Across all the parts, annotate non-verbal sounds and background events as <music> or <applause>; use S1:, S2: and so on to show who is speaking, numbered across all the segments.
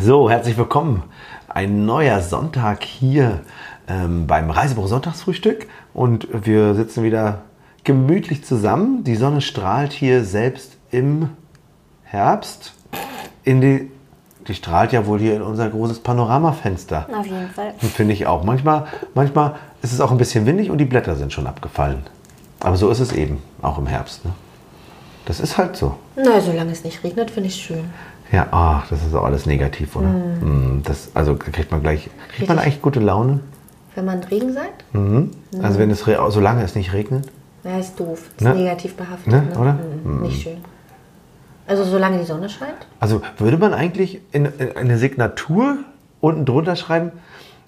S1: So, herzlich willkommen. Ein neuer Sonntag hier ähm, beim Reisebuch Sonntagsfrühstück und wir sitzen wieder gemütlich zusammen. Die Sonne strahlt hier selbst im Herbst in die die strahlt ja wohl hier in unser großes Panoramafenster.
S2: Auf jeden Fall.
S1: Finde ich auch. Manchmal, manchmal ist es auch ein bisschen windig und die Blätter sind schon abgefallen. Aber so ist es eben, auch im Herbst. Ne? Das ist halt so.
S2: Na, solange es nicht regnet, finde ich schön.
S1: Ja, ach, das ist auch alles negativ, oder? Mm, Das, also da kriegt man gleich, kriegt man
S2: Mhm. Richtig.
S1: eigentlich gute Laune?
S2: Wenn man Regen sagt,
S1: Mhm. Also wenn es, re- solange es nicht regnet.
S2: na, ist doof. Ist
S1: Ne?
S2: negativ behaftet.
S1: Ne, oder?
S2: Mhm, Nicht schön. Also solange die Sonne scheint,
S1: Also würde man eigentlich in, in eine Signatur unten drunter schreiben,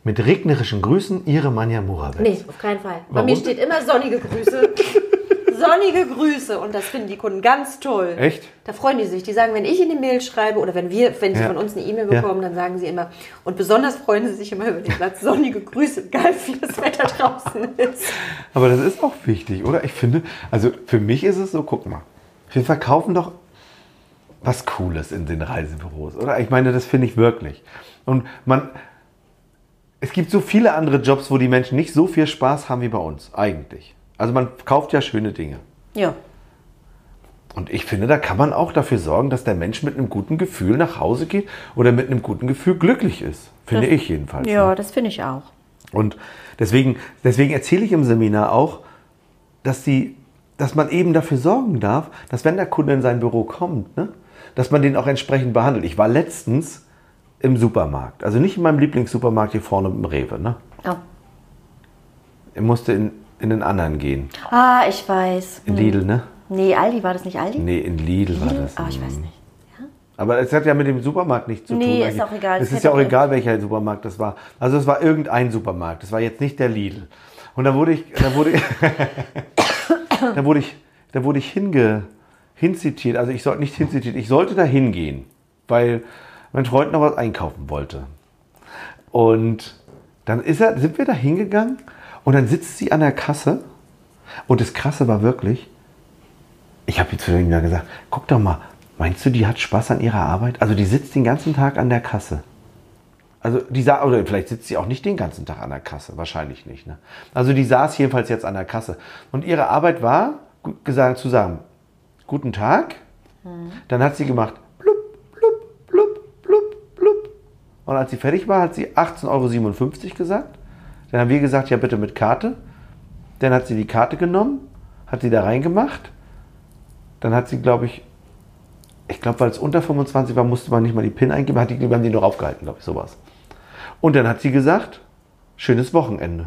S1: mit regnerischen Grüßen, Ihre Manja Murawitz.
S2: nee, auf keinen Fall. Bei
S1: Warum?
S2: mir steht immer sonnige Grüße.
S1: <laughs>
S2: sonnige Grüße und das finden die Kunden ganz toll.
S1: Echt?
S2: Da freuen die sich. Die sagen, wenn ich in die Mail schreibe oder wenn wir, wenn sie
S1: Ja.
S2: von uns eine E-Mail
S1: Ja.
S2: bekommen, dann sagen sie immer, und besonders freuen sie sich immer über den Satz sonnige Grüße, geil wie das Wetter draußen ist.
S1: Aber das ist auch wichtig, oder? Ich finde, also für mich ist es so, guck mal, wir verkaufen doch was Cooles in den Reisebüros, oder? Ich meine, das finde ich wirklich. Und man, es gibt so viele andere Jobs, wo die Menschen nicht so viel Spaß haben wie bei uns, eigentlich. Also man kauft ja schöne Dinge.
S2: Ja.
S1: Und ich finde, da kann man auch dafür sorgen, dass der Mensch mit einem guten Gefühl nach Hause geht oder mit einem guten Gefühl glücklich ist. Finde ich jedenfalls. ne?
S2: das finde ich auch.
S1: Und deswegen, deswegen erzähle ich im Seminar auch, dass, die, dass man eben dafür sorgen darf, dass wenn der Kunde in sein Büro kommt, ne, dass man den auch entsprechend behandelt. Ich war letztens im Supermarkt, also nicht in meinem Lieblingssupermarkt hier vorne im Rewe. Ne?
S2: Ja.
S1: Ich musste in, in den anderen gehen,
S2: Ah, ich weiß.
S1: in Lidl, ne?
S2: Nee, Aldi, war das nicht Aldi?
S1: Nee, in Lidl war das.
S2: Ah, ich weiß nicht.
S1: Aber es hat ja mit dem Supermarkt nichts zu
S2: Nee,
S1: tun.
S2: ist
S1: eigentlich.
S2: auch egal.
S1: Es
S2: Das
S1: ist ja auch
S2: hätte auch-
S1: egal, welcher Supermarkt das war. Also es war irgendein Supermarkt. Es war jetzt nicht der Lidl. Und da wurde ich, <coughs> da wurde, da wurde ich, da wurde ich hinge, hinzitiert. Also ich sollte nicht hinzitiert. Ich sollte da hingehen, weil mein Freund noch was einkaufen wollte. Und dann ist er, sind wir da hingegangen und dann sitzt sie an der Kasse. Und das Krasse war wirklich, ich habe zu dem ja gesagt, guck doch mal, meinst du, die hat Spaß an ihrer Arbeit? Also die sitzt den ganzen Tag an der Kasse. Also die sah, oder vielleicht sitzt sie auch nicht den ganzen Tag an der Kasse, wahrscheinlich nicht. Ne? Also die saß jedenfalls jetzt an der Kasse. Und ihre Arbeit war, gut gesagt zu sagen, guten Tag. Dann hat sie gemacht, blub, blub, blub, blub, blub. Und als sie fertig war, hat sie 18,57 Euro gesagt. Dann haben wir gesagt, ja bitte mit Karte. Dann hat sie die Karte genommen, hat sie da reingemacht. Dann hat sie, glaube ich, ich glaube, weil es unter 25 war, musste man nicht mal die PIN eingeben, hat die, wir haben die noch aufgehalten, glaube ich, sowas. Und dann hat sie gesagt, schönes Wochenende.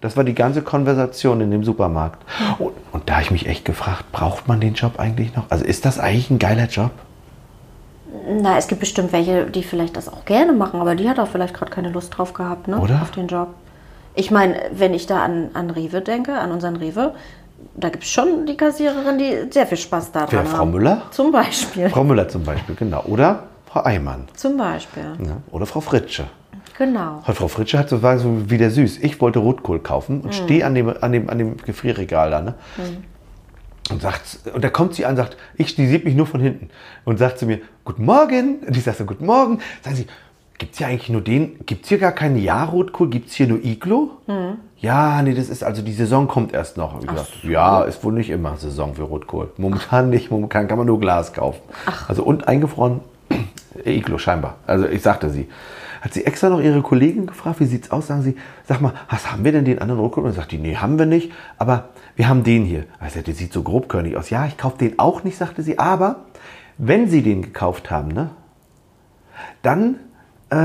S1: Das war die ganze Konversation in dem Supermarkt. Und, und da habe ich mich echt gefragt, braucht man den Job eigentlich noch? Also ist das eigentlich ein geiler Job?
S2: Na, es gibt bestimmt welche, die vielleicht das auch gerne machen, aber die hat auch vielleicht gerade keine Lust drauf gehabt, ne?
S1: Oder?
S2: Auf den Job. Ich meine, wenn ich da an, an Rewe denke, an unseren Rewe, da gibt es schon die Kassiererin, die sehr viel Spaß daran
S1: Wer,
S2: haben.
S1: Frau Müller?
S2: Zum Beispiel.
S1: Frau Müller zum Beispiel, genau. Oder Frau Eimann.
S2: Zum Beispiel.
S1: Ne? Oder Frau Fritsche.
S2: Genau.
S1: Und Frau Fritsche hat so, war so wieder süß. Ich wollte Rotkohl kaufen und stehe an dem, an, dem, an dem Gefrierregal da. Ne? Und, sagt, und da kommt sie an und sagt, ich, die sieht mich nur von hinten. Und sagt zu mir, guten Morgen. Und ich sage so, guten Morgen. Sagen sie, gibt es hier eigentlich nur den, gibt es hier gar keinen Ja-Rotkohl, gibt es hier nur Iglo? Ja, nee, das ist, also die Saison kommt erst noch. Und Ich sag, Ja, ist wohl nicht immer Saison für Rotkohl. Momentan nicht, momentan kann man nur Glas kaufen. Also und eingefroren, Iglo scheinbar. Also ich sagte sie. Hat sie extra noch ihre Kollegin gefragt, wie sieht's aus? Sagen sie, sag mal, was haben wir denn den anderen Rotkohl? Und dann sagt die, nee, haben wir nicht, aber wir haben den hier. Also der sieht so grobkörnig aus. Ja, ich kaufe den auch nicht, sagte sie, aber wenn sie den gekauft haben, ne, dann äh,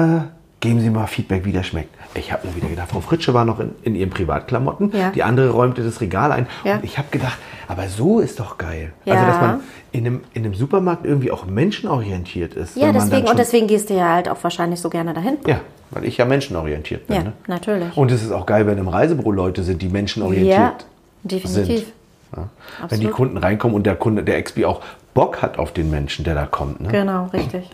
S1: geben Sie mal Feedback, wie der schmeckt. Ich habe mir wieder gedacht, Frau Fritsche war noch in, in ihren Privatklamotten,
S2: Ja.
S1: die andere räumte das Regal ein.
S2: Ja.
S1: Und ich habe gedacht, aber so ist doch geil.
S2: Ja.
S1: Also, dass man in einem, in einem Supermarkt irgendwie auch menschenorientiert ist. wenn
S2: Ja,
S1: man dann
S2: deswegen,
S1: schon-
S2: und deswegen gehst du ja halt auch wahrscheinlich so gerne dahin.
S1: Ja, weil ich ja menschenorientiert bin.
S2: Ja,
S1: ne?
S2: natürlich.
S1: Und es ist auch geil, wenn im Reisebüro Leute sind, die menschenorientiert
S2: ja,
S1: sind. ne?
S2: definitiv.
S1: Ja. Wenn
S2: Absolut.
S1: die Kunden reinkommen und der Kunde, der XP auch Bock hat auf den Menschen, der da kommt. Ne?
S2: Genau, richtig.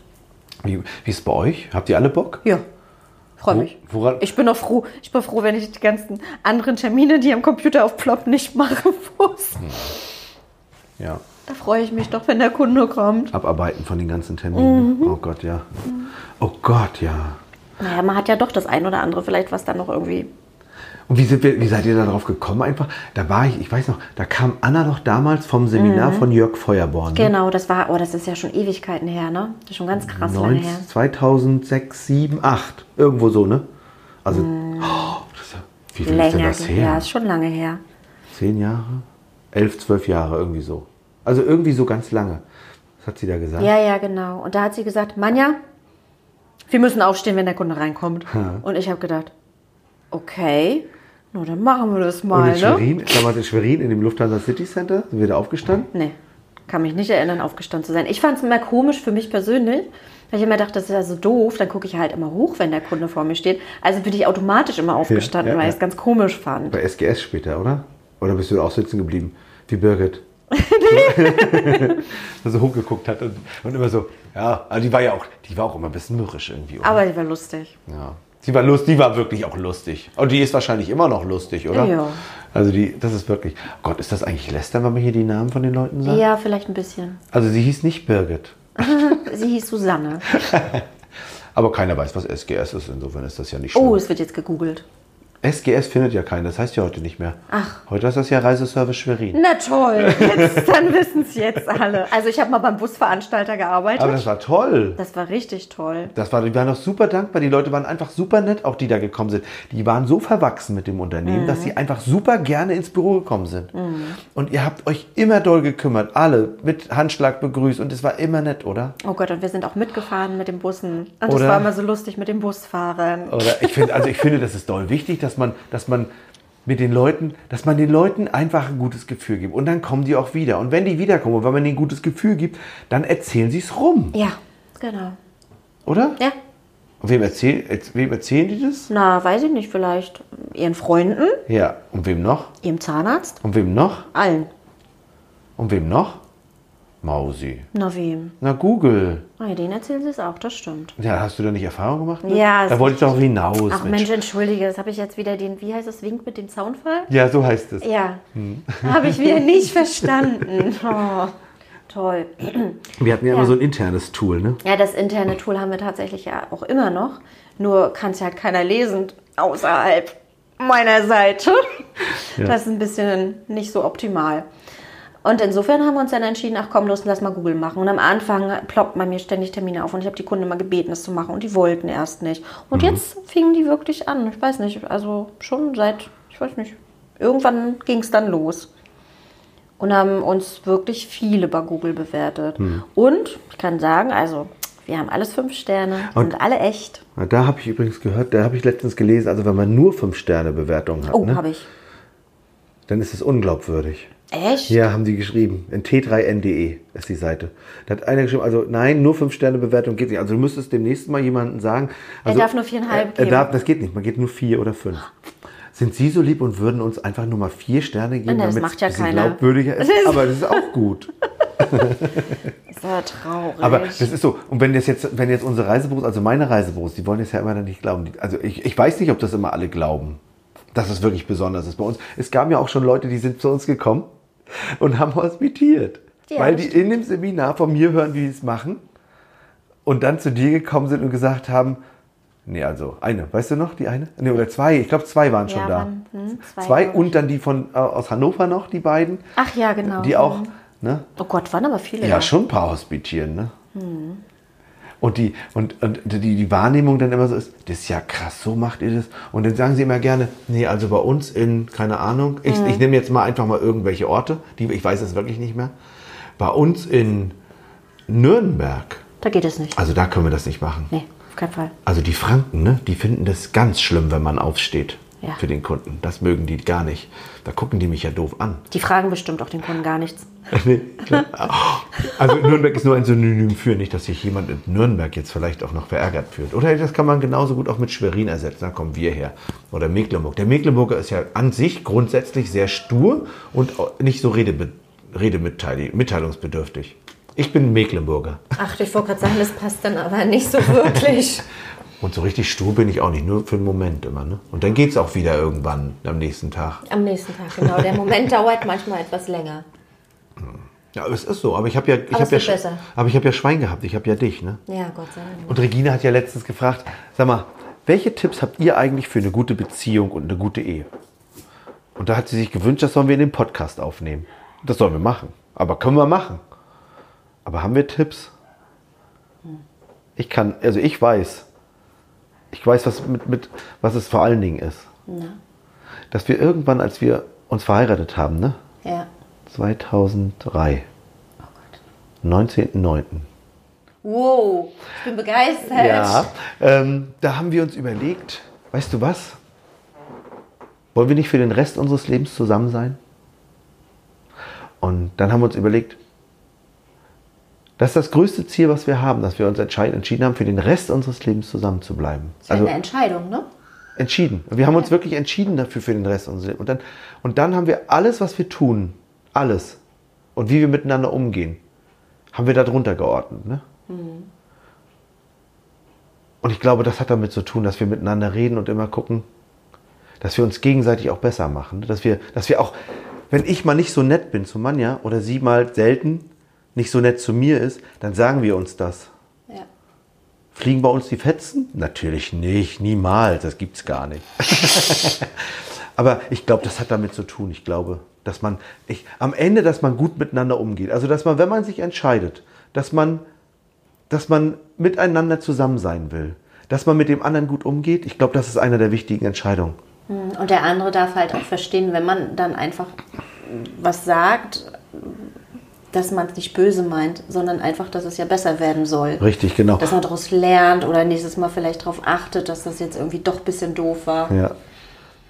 S1: Wie, wie ist es bei euch? Habt ihr alle Bock?
S2: Ja. Freue
S1: Wo-
S2: mich.
S1: woran-
S2: Ich bin auch froh. Ich bin froh, wenn ich die ganzen
S1: Hm.
S2: anderen Termine, die am Computer aufploppen, nicht machen muss.
S1: Ja.
S2: Da freue ich mich doch, wenn der Kunde kommt.
S1: Abarbeiten von den ganzen Terminen.
S2: Mhm.
S1: Oh Gott, ja. Oh Gott, ja.
S2: Naja, man hat ja doch das ein oder andere vielleicht, was dann noch
S1: Hm.
S2: irgendwie.
S1: Und wie, sind wir, wie seid ihr da drauf gekommen einfach? Da war ich, ich weiß noch, da kam Anna doch damals vom Seminar von Jörg Feuerborn. ne?
S2: Mhm. Genau, das war, oh, das ist ja schon Ewigkeiten her, ne? Das ist schon ganz krass lange
S1: 19,
S2: her.
S1: 2006, 7, 8. Irgendwo so, ne? Also, oh, das ist ja, wie viel ist denn
S2: Mhm. Länger,
S1: das her?
S2: ja, ist schon lange her.
S1: Zehn Jahre? Elf, zwölf Jahre, irgendwie so. Also irgendwie so ganz lange. Was hat sie da gesagt?
S2: Ja, ja, genau. Und da hat sie gesagt, Manja, wir müssen aufstehen, wenn der Kunde reinkommt.
S1: Hm.
S2: Und ich habe gedacht, okay, na, dann machen wir das
S1: Und
S2: mal,
S1: in
S2: ne?
S1: Schwerin, damals in Schwerin, in dem Lufthansa City Center, sind wir da aufgestanden?
S2: Nee, kann mich nicht erinnern, aufgestanden zu sein. Ich fand es immer komisch für mich persönlich, weil ich immer dachte, das ist ja so doof. Dann gucke ich halt immer hoch, wenn der Kunde vor mir steht. Also bin ich automatisch immer aufgestanden,
S1: ja,
S2: weil
S1: ja.
S2: ich es ganz komisch fand.
S1: Bei SGS später, oder? Oder bist du auch sitzen geblieben? Wie
S2: <laughs>
S1: Birgit. <laughs> Dass sie hochgeguckt hat und, und immer so, ja, aber die war ja auch, die war auch immer ein bisschen mürrisch irgendwie. Oder?
S2: Aber die war lustig.
S1: Ja. Sie war lustig, die war wirklich auch lustig. Und die ist wahrscheinlich immer noch lustig, oder?
S2: Ja.
S1: Also die, das ist wirklich. Gott, ist das eigentlich lästern, wenn man hier die Namen von den Leuten sagt?
S2: Ja, vielleicht ein bisschen. <laughs>
S1: Also sie hieß nicht Birgit.
S2: Sie hieß Susanne.
S1: Aber keiner weiß, was SGS ist, insofern ist das ja nicht schlimm.
S2: Oh, es wird jetzt gegoogelt.
S1: SGS findet ja keiner, das heißt ja heute nicht mehr.
S2: Ach.
S1: Heute ist das ja Reiseservice Schwerin.
S2: Na toll, jetzt, dann wissen es jetzt alle. Also ich habe mal beim Busveranstalter gearbeitet.
S1: Aber das war toll.
S2: das war richtig toll.
S1: Das war, die waren doch super dankbar. Die Leute waren einfach super nett, auch die da gekommen sind. Die waren so verwachsen mit dem Unternehmen, dass sie einfach super gerne ins Büro gekommen sind. Und ihr habt euch immer doll gekümmert, alle mit Handschlag begrüßt und es war immer nett, oder?
S2: Oh Gott, und wir sind auch mitgefahren mit den Bussen. Und das
S1: Oder?
S2: war immer so lustig mit dem Busfahren.
S1: Oder ich finde, also ich finde, das ist doll wichtig, dass man, dass man mit den Leuten, dass man den Leuten einfach ein gutes Gefühl gibt. Und dann kommen die auch wieder. Und wenn die wiederkommen und wenn man ihnen ein gutes Gefühl gibt, dann erzählen sie es rum,
S2: Ja, genau.
S1: oder?
S2: Ja.
S1: Und wem, erzähl, wem erzählen die das?
S2: Na, weiß ich nicht, vielleicht ihren Freunden,
S1: Ja. Und wem noch?
S2: ihrem Zahnarzt,
S1: Und wem noch?
S2: allen.
S1: Und wem noch? Mausi.
S2: Na wem?
S1: Na, Google.
S2: Ah, ja, denen erzählen sie es auch, das stimmt.
S1: Ja, hast du da nicht Erfahrung gemacht? mit?
S2: Ja,
S1: Da
S2: ist
S1: wollte ich doch hinaus.
S2: Ach Mensch, entschuldige, das habe ich jetzt wieder den, wie heißt das, Wink mit dem Zaunfall?
S1: Ja, so heißt es.
S2: Ja, habe ich <laughs> wieder nicht verstanden. Oh, toll.
S1: Wir hatten ja,
S2: Ja.
S1: immer so ein internes Tool, ne?
S2: Ja, das interne Tool haben wir tatsächlich ja auch immer noch. Nur kann es ja halt keiner lesen, außerhalb meiner Seite.
S1: Ja.
S2: Das ist ein bisschen nicht so optimal. Und insofern haben wir uns dann entschieden, ach komm, los, lass mal Google machen. Und am Anfang ploppten bei mir ständig Termine auf und ich habe die Kunden immer gebeten, das zu machen und die wollten erst nicht. Und jetzt fingen die wirklich an. Ich weiß nicht, also schon seit, ich weiß nicht, irgendwann ging es dann los und haben uns wirklich viele bei Google bewertet.
S1: Hm.
S2: Und ich kann sagen, also wir haben alles fünf Sterne,
S1: Und-
S2: sind alle echt.
S1: Na, Da habe ich übrigens gehört, da habe ich letztens gelesen, also wenn man nur 5-Sterne-Bewertungen hat,
S2: Oh,
S1: ne,
S2: habe ich.
S1: dann ist es unglaubwürdig.
S2: Echt?
S1: Ja, haben die geschrieben. In t3n.de ist die Seite. Da hat einer geschrieben, also nein, nur 5-Sterne-Bewertung geht nicht. Also du müsstest dem nächsten Mal jemandem sagen. Also,
S2: darf nur viereinhalb
S1: er, er
S2: geben.
S1: darf, Das geht nicht, man geht nur vier oder fünf. Sind Sie so lieb und würden uns einfach nur mal vier Sterne geben,
S2: Na, das
S1: damit's
S2: macht ja
S1: ein bisschen
S2: keiner.
S1: glaubwürdiger
S2: <laughs>
S1: ist?
S2: Das ist-
S1: Aber das ist auch gut.
S2: Ist ja traurig.
S1: Aber das ist so. Und wenn das jetzt, wenn jetzt unsere Reisebüros, also meine Reisebüros, die wollen das ja immer dann nicht glauben. Die- Also ich, ich weiß nicht, ob das immer alle glauben, dass es wirklich besonders ist bei uns. Es gab ja auch schon Leute, die sind zu uns gekommen und haben hospitiert.
S2: Ja,
S1: weil
S2: das
S1: die in dem Seminar von mir hören, wie die es machen. Und dann zu dir gekommen sind und gesagt haben, nee, also eine, weißt du noch, die eine? Nee, oder zwei, ich glaube zwei waren schon
S2: Ja,
S1: da.
S2: waren- hm, zwei,
S1: zwei
S2: glaub ich.
S1: und dann die von äh, aus Hannover noch, die beiden,
S2: ach ja, genau.
S1: die auch, ne?
S2: Oh Gott, waren aber viele.
S1: Ja, schon ein paar hospitieren, ne?
S2: Hm.
S1: Und, die, und, und die, die Wahrnehmung dann immer so ist, das ist ja krass, so macht ihr das. Und dann sagen sie immer gerne, nee, also bei uns in, keine Ahnung, ich,
S2: Hm.
S1: ich nehme jetzt mal einfach mal irgendwelche Orte, die, ich weiß es wirklich nicht mehr. Bei uns in Nürnberg,
S2: Da geht es nicht.
S1: also da können wir das nicht machen.
S2: Nee, auf keinen Fall.
S1: Also die Franken, ne, die finden das ganz schlimm, wenn man aufsteht
S2: Ja.
S1: für den Kunden. Das mögen die gar nicht. Da gucken die mich ja doof an.
S2: Die fragen bestimmt auch den Kunden gar nichts.
S1: Nee, klar. also Nürnberg ist nur ein Synonym für, nicht, dass sich jemand in Nürnberg jetzt vielleicht auch noch verärgert fühlt. Oder das kann man genauso gut auch mit Schwerin ersetzen, da kommen wir her. Oder Mecklenburg. Der Mecklenburger ist ja an sich grundsätzlich sehr stur und auch nicht so redebe- redemitteil- mitteilungsbedürftig. Ich bin Mecklenburger.
S2: Ach, ich wollte gerade sagen, das passt dann aber nicht so
S3: <laughs>
S2: wirklich.
S1: Und so richtig stur bin ich auch nicht, nur für einen Moment immer. Ne? Und dann geht's auch wieder irgendwann am nächsten Tag.
S2: Am nächsten Tag, genau. Der Moment dauert manchmal etwas länger.
S1: Ja, es ist so. Aber ich habe ja, ich
S3: Aber es
S1: hab ja,
S3: wird
S1: Sch-
S3: besser.
S1: aber ich habe ja Schwein gehabt. Ich habe ja dich, ne?
S3: Ja, Gott sei Dank.
S1: Und Regina hat ja letztens gefragt, sag mal, welche Tipps habt ihr eigentlich für eine gute Beziehung und eine gute Ehe? Und da hat sie sich gewünscht, das sollen wir in den Podcast aufnehmen. Das sollen wir machen. Aber können wir machen. Aber haben wir Tipps? Ich kann, also ich weiß. Ich weiß, was, mit, mit, was es vor allen Dingen ist.
S3: Na,
S1: Dass wir irgendwann, als wir uns verheiratet haben, ne?
S3: ja.
S1: 2003,
S3: Oh Gott.
S1: 19.09.
S3: Wow, ich bin begeistert.
S1: Ja, ähm, da haben wir uns überlegt, weißt du was? Wollen wir nicht für den Rest unseres Lebens zusammen sein? Und dann haben wir uns überlegt, das ist das größte Ziel, was wir haben, dass wir uns entscheiden, entschieden haben, für den Rest unseres Lebens zusammen zu bleiben.
S3: Das war
S1: Also
S3: eine Entscheidung, ne?
S1: entschieden. Wir haben uns wirklich entschieden dafür für den Rest unseres Lebens. Und dann, und dann haben wir alles, was wir tun, alles und wie wir miteinander umgehen, haben wir darunter geordnet. Ne? Und ich glaube, das hat damit zu tun, dass wir miteinander reden und immer gucken, dass wir uns gegenseitig auch besser machen. ne? Dass wir, dass wir auch, wenn ich mal nicht so nett bin zu Manja oder sie mal selten nicht so nett zu mir ist, dann sagen wir uns das.
S3: Ja.
S1: Fliegen bei uns die Fetzen? Natürlich nicht, niemals, das gibt's gar nicht. Aber ich glaube, das hat damit zu tun. Ich glaube, dass man ich, am Ende, dass man gut miteinander umgeht. Also, dass man, wenn man sich entscheidet, dass man, dass man miteinander zusammen sein will, dass man mit dem anderen gut umgeht, ich glaube, das ist eine der wichtigen Entscheidungen.
S3: Und der andere darf halt auch verstehen, wenn man dann einfach was sagt, dass man es nicht böse meint, sondern einfach, dass es ja besser werden soll.
S1: Richtig, genau.
S3: Dass man daraus lernt oder nächstes Mal vielleicht darauf achtet, dass das jetzt irgendwie doch ein bisschen doof war.
S1: Ja.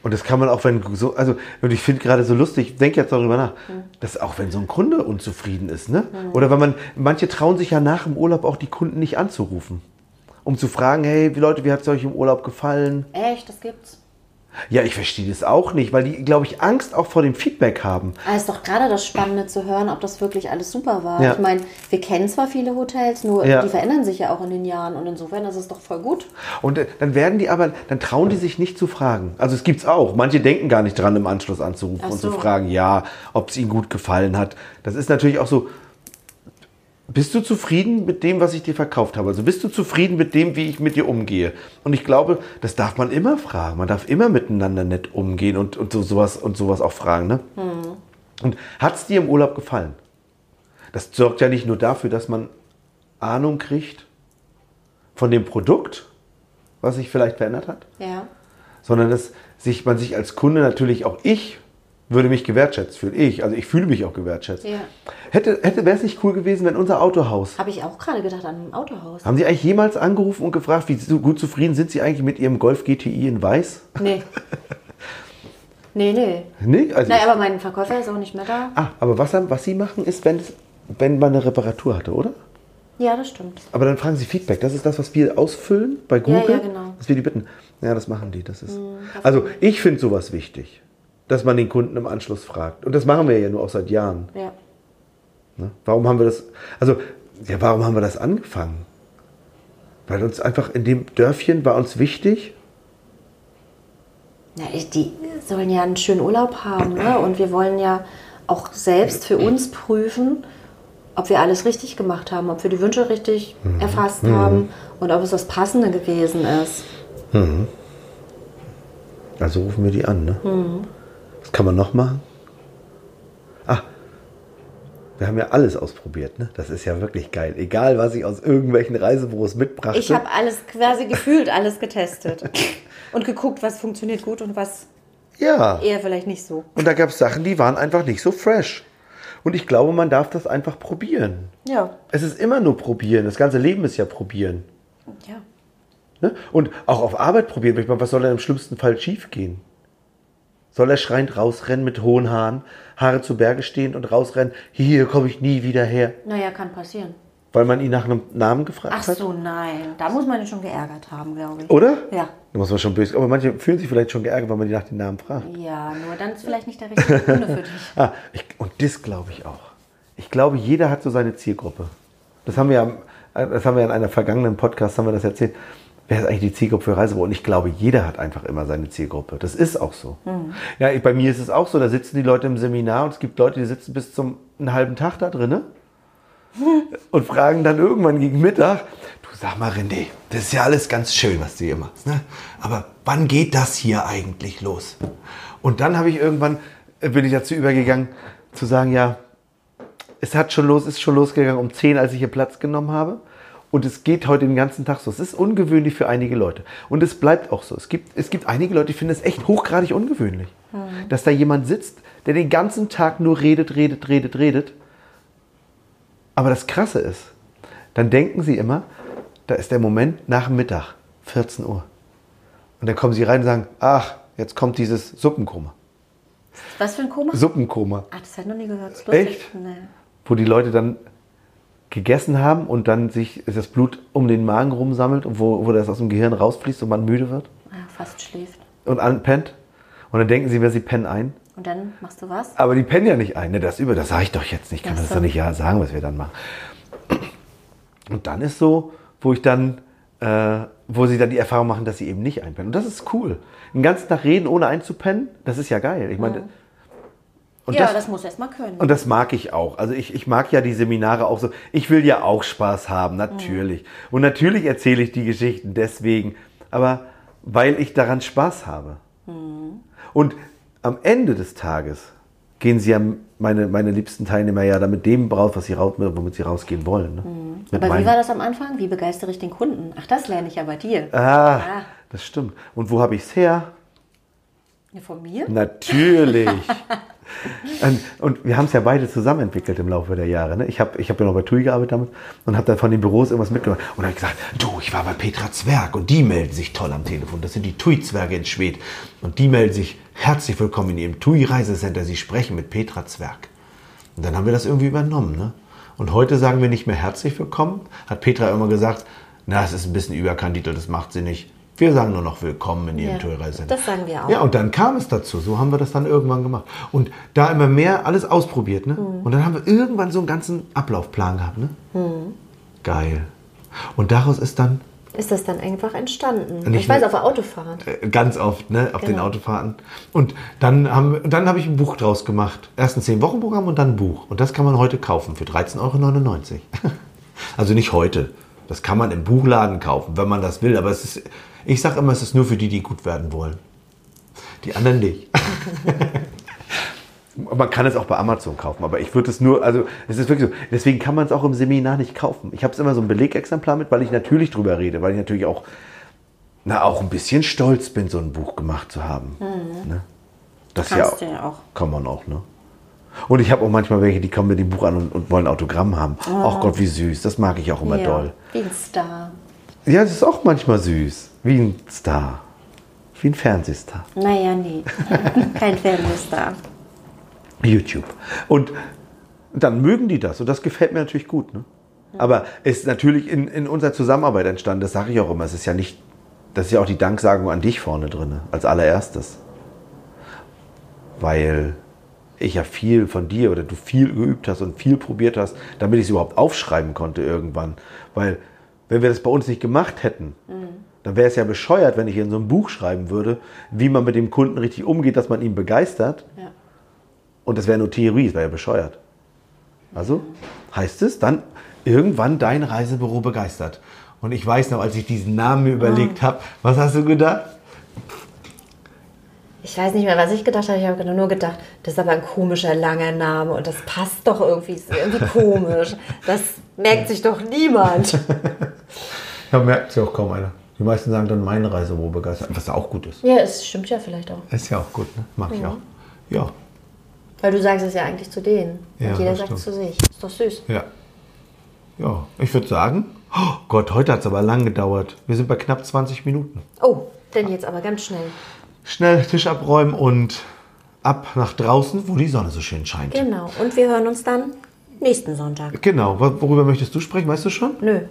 S1: Und das kann man auch, wenn so, also, und ich finde gerade so lustig, ich denke jetzt darüber nach, dass auch wenn so ein Kunde unzufrieden ist, ne? Oder wenn man, manche trauen sich ja nach dem Urlaub auch die Kunden nicht anzurufen. Um zu fragen, hey, wie Leute, wie hat es euch im Urlaub gefallen?
S3: Echt, das gibt's.
S1: Ja, ich verstehe das auch nicht, weil die, glaube ich, Angst auch vor dem Feedback haben.
S3: Ah, ist doch gerade das Spannende zu hören, ob das wirklich alles super war.
S1: Ja.
S3: Ich meine, wir kennen zwar viele Hotels, nur
S1: Ja.
S3: die verändern sich ja auch in den Jahren und insofern ist es doch voll gut.
S1: Und äh, dann werden die aber, dann trauen die sich nicht zu fragen. Also es gibt's auch. Manche denken gar nicht dran, im Anschluss anzurufen
S3: Ach
S1: und
S3: so.
S1: zu fragen, ja, ob es ihnen gut gefallen hat. Das ist natürlich auch so. Bist du zufrieden mit dem, was ich dir verkauft habe? Also bist du zufrieden mit dem, wie ich mit dir umgehe? Und ich glaube, das darf man immer fragen. Man darf immer miteinander nett umgehen und, und so, sowas und sowas auch fragen. Ne?
S3: Hm.
S1: Und hat's dir im Urlaub gefallen? Das sorgt ja nicht nur dafür, dass man Ahnung kriegt von dem Produkt, was sich vielleicht verändert hat,
S3: Ja.
S1: sondern dass sich, man sich als Kunde natürlich auch ich würde mich gewertschätzt fühlen. Ich, also ich fühle mich auch gewertschätzt.
S3: Ja.
S1: Hätte, hätte, wäre es nicht cool gewesen, wenn unser Autohaus.
S3: Habe ich auch gerade gedacht an
S1: <laughs>
S3: einem Autohaus.
S1: Haben Sie eigentlich jemals angerufen und gefragt, wie zu- gut zufrieden sind Sie eigentlich mit Ihrem Golf GTI in Weiß?
S3: Nee. nee, nee.
S1: Nee, also.
S3: Naja, aber mein Verkäufer ist auch nicht mehr da.
S1: ah, aber was, was Sie machen ist, wenn, es- wenn man eine Reparatur hatte, oder?
S3: Ja, das stimmt.
S1: Aber dann fragen sie Feedback. Das ist das, was wir ausfüllen bei
S3: Ja,
S1: Google.
S3: ja, genau. Mhm,
S1: Dass wir die bitten. Ja, das machen die. Das ist. Also ich finde sowas wichtig, dass man den Kunden im Anschluss fragt. Und das machen wir ja nur auch seit Jahren.
S3: Ja.
S1: Ne? Warum haben wir das? Also ja, warum haben wir das angefangen? Weil uns einfach in dem Dörfchen war uns wichtig.
S3: Na, ich- die sollen ja einen schönen Urlaub haben, ne? Und wir wollen ja auch selbst für uns prüfen, ob wir alles richtig gemacht haben, ob wir die Wünsche richtig
S1: Mhm.
S3: erfasst haben und ob es das Passende gewesen ist.
S1: Also rufen wir die an. Ne?
S3: Mhm.
S1: Was kann man noch machen? Ah, wir haben ja alles ausprobiert. Ne? Das ist ja wirklich geil. Egal, was ich aus irgendwelchen Reisebüros mitbrachte.
S3: Ich habe alles quasi gefühlt, alles getestet und geguckt, was funktioniert gut und was
S1: ja.
S3: eher vielleicht nicht so.
S1: Und da gab es Sachen, die waren einfach nicht so fresh. Und ich glaube, man darf das einfach probieren.
S3: Ja.
S1: Es ist immer nur probieren. Das ganze Leben ist ja probieren.
S3: Ja.
S1: Ne? Und auch auf Arbeit probieren. Ich meine, was soll denn im schlimmsten Fall schiefgehen? Soll er schreiend rausrennen mit hohen Haaren, Haare zu Berge stehend und rausrennen, hier komme ich nie wieder her,
S3: Naja, kann passieren.
S1: weil man ihn nach einem Namen gefragt
S3: Ach
S1: hat?
S3: so, nein. Da muss man ihn schon geärgert haben, glaube ich.
S1: Oder?
S3: Ja.
S1: Da muss man schon böse. Aber manche fühlen sich vielleicht schon geärgert, weil man die nach den Namen fragt.
S3: Ja, nur dann ist vielleicht nicht der richtige Kunde
S1: <laughs>
S3: für dich.
S1: Ah, ich, und das glaube ich auch. Ich glaube, jeder äh, hat so seine Zielgruppe. Das haben wir ja, am- das haben wir ja in einer vergangenen Podcast haben wir das erzählt. wer ist eigentlich die Zielgruppe für Reisebüro? Und ich glaube, jeder hat einfach immer seine Zielgruppe. Das ist auch so. Ja, ich, bei mir ist es auch so. Da sitzen die Leute im Seminar und es gibt Leute, die sitzen bis zum einen halben Tag da drinne und fragen dann irgendwann gegen Mittag, du sag mal, René, das ist ja alles ganz schön, was du hier machst, ne? aber wann geht das hier eigentlich los? Und dann habe ich irgendwann, äh, bin ich dazu übergegangen, zu sagen, ja, es hat schon los, ist schon losgegangen um 10, als ich hier Platz genommen habe. Und es geht heute den ganzen Tag so. Es ist ungewöhnlich für einige Leute. Und es bleibt auch so. Es gibt, es gibt einige Leute, die finden es echt hochgradig ungewöhnlich, dass da jemand sitzt, der den ganzen Tag nur redet, redet, redet, redet. Aber das Krasse ist, dann denken sie immer, da ist der Moment nach dem Mittag, 14 Uhr. Und dann kommen sie rein und sagen, ach, jetzt kommt dieses Suppenkoma.
S2: Was für ein Koma?
S1: Suppenkoma.
S2: Ah, das hat noch nie gehört. Das ist
S1: Echt?
S2: lustig. Nee.
S1: wo die Leute dann gegessen haben und dann sich das Blut um den Magen rumsammelt und wo, wo das aus dem Gehirn rausfließt und man müde wird
S2: Ah, fast schläft.
S1: und anpennt. Und dann denken sie, wer sie pennen ein.
S2: Und dann machst du was?
S1: Aber die pennen ja nicht ein. Ne? Das über, das sage ich doch jetzt nicht. Ich kann
S2: Ach
S1: das
S2: so.
S1: doch nicht ja sagen, was wir dann machen. Und dann ist so, wo ich dann, äh, wo sie dann die Erfahrung machen, dass sie eben nicht einpennen. Und das ist cool. Den ganzen Tag reden, ohne einzupennen, das ist ja geil. Ich meine, und
S2: ja,
S1: das-
S2: das, muss erst mal können.
S1: und das mag ich auch. Also ich, ich mag ja die Seminare auch so. Ich will ja auch Spaß haben, natürlich.
S2: Mhm.
S1: Und natürlich erzähle ich die Geschichten deswegen, aber weil ich daran Spaß habe.
S2: Mhm.
S1: Und am Ende des Tages gehen sie ja, meine, meine liebsten Teilnehmer ja damit dem raus, was sie raus, womit sie rausgehen wollen. Ne? Mit
S2: Mhm. Aber wie
S1: meinen-
S2: war das am Anfang? Wie begeistere ich den Kunden? Ach, das lerne ich ja bei dir.
S1: ah,
S2: Ah.
S1: das stimmt. Und wo habe ich es her?
S2: Ja, Von mir?
S1: Natürlich. und, und wir haben es ja beide zusammen entwickelt im Laufe der Jahre. Ne? Ich habe ich hab ja noch bei TUI gearbeitet damit und habe dann von den Büros irgendwas mitgemacht. Und habe gesagt, du, ich war bei Petra Zwerg und die melden sich toll am Telefon. Das sind die TUI-Zwerge in Schwedt. Und die melden sich herzlich willkommen in ihrem TUI-Reisecenter. Sie sprechen mit Petra Zwerg. Und dann haben wir das irgendwie übernommen. Ne? Und heute sagen wir nicht mehr herzlich willkommen. Hat Petra immer gesagt, na, es ist ein bisschen überkandidelt, das macht sie nicht. Wir sagen nur noch willkommen in ihrem
S2: Ja,
S1: TUI-Reisecenter.
S2: das sagen wir auch.
S1: Ja, und dann kam es dazu. So haben wir das dann irgendwann gemacht. Und da immer mehr alles ausprobiert. Ne? Und dann haben wir irgendwann so einen ganzen Ablaufplan gehabt. Ne? Geil. Und daraus ist dann
S3: Ist das dann einfach entstanden?
S1: Nicht
S3: ich weiß,
S1: nur-
S3: auf der Autofahrt.
S1: äh, ganz oft ne, auf den
S3: Genau.
S1: Autofahrten. Und dann habe dann hab ich ein Buch draus gemacht. Erst ein 10-Wochen-Programm und dann ein Buch. Und das kann man heute kaufen für 13,99 Euro. <laughs> also nicht heute. Das kann man im Buchladen kaufen, wenn man das will. Aber es ist, ich sage immer, es ist nur für die, die gut werden wollen. Die anderen nicht. <laughs> Man kann es auch bei Amazon kaufen, aber ich würde es nur, also es ist wirklich so. Deswegen kann man es auch im Seminar nicht kaufen. Ich habe es immer so ein Belegexemplar mit, weil ich natürlich drüber rede, weil ich natürlich auch, na, auch ein bisschen stolz bin, so ein Buch gemacht zu haben. Ne? Das ja,
S2: Mhm. Kannst du ja auch.
S1: Kann man auch, ne? Und ich habe auch manchmal welche, die kommen mit dem Buch an und, und wollen Autogramm haben.
S2: Ah.
S1: Ach Gott, wie süß. Das mag ich auch immer doll.
S2: Wie ein Star.
S1: Ja, das ist auch manchmal süß. Wie ein Star. Wie ein Fernsehstar.
S2: Naja, nee. <laughs> Kein Fernsehstar.
S1: YouTube. Und dann mögen die das. Und das gefällt mir natürlich gut. Ne? Aber es ist natürlich in, in unserer Zusammenarbeit entstanden. Das sage ich auch immer. Es ist ja nicht, das ist ja auch die Danksagung an dich vorne drin, als allererstes. Weil ich ja viel von dir oder du viel geübt hast und viel probiert hast, damit ich es überhaupt aufschreiben konnte irgendwann. Weil wenn wir das bei uns nicht gemacht hätten, dann wäre es ja bescheuert, wenn ich in so ein Buch schreiben würde, wie man mit dem Kunden richtig umgeht, dass man ihn begeistert.
S2: Ja.
S1: Und das wäre nur Theorie, das wäre ja bescheuert. Also heißt es dann irgendwann dein Reisebüro begeistert. Und ich weiß noch, als ich diesen Namen mir überlegt habe, was hast du gedacht?
S3: Ich weiß nicht mehr, was ich gedacht habe. Ich habe nur gedacht, das ist aber ein komischer langer Name und das passt doch irgendwie, ist irgendwie komisch. Das merkt sich doch niemand.
S1: Ja, merkt ja auch kaum einer. Die meisten sagen dann mein Reisebüro begeistert, was ja auch gut ist.
S3: Ja, es stimmt ja vielleicht auch.
S1: Ist ja auch gut, ne? Mag ich auch. Ja,
S3: Weil du sagst es ja eigentlich zu denen.
S1: Ja,
S3: und jeder
S1: das
S3: sagt es zu
S1: stimmt.
S3: sich. Ist doch süß.
S1: ja. Ja, ich würde sagen, oh Gott, heute hat es aber lang gedauert. Wir sind bei knapp 20 Minuten.
S3: Oh, denn jetzt aber ganz schnell.
S1: Schnell Tisch abräumen und ab nach draußen, wo die Sonne so schön scheint.
S3: Genau. Und wir hören uns dann nächsten Sonntag.
S1: Genau, wor- worüber möchtest du sprechen? Weißt du schon?
S3: Nö,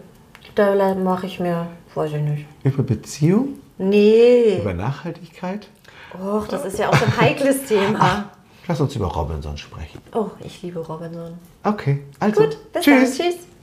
S3: da mache ich mir, weiß ich nicht.
S1: Über Beziehung?
S3: Nee.
S1: Über Nachhaltigkeit?
S3: Och, das ist ja auch so ein heikles Thema.
S1: Lass uns über Robinson sprechen.
S3: <laughs> Oh, ich liebe Robinson.
S1: Okay, also.
S3: Gut, bis
S1: tschüss.
S3: dann. Tschüss.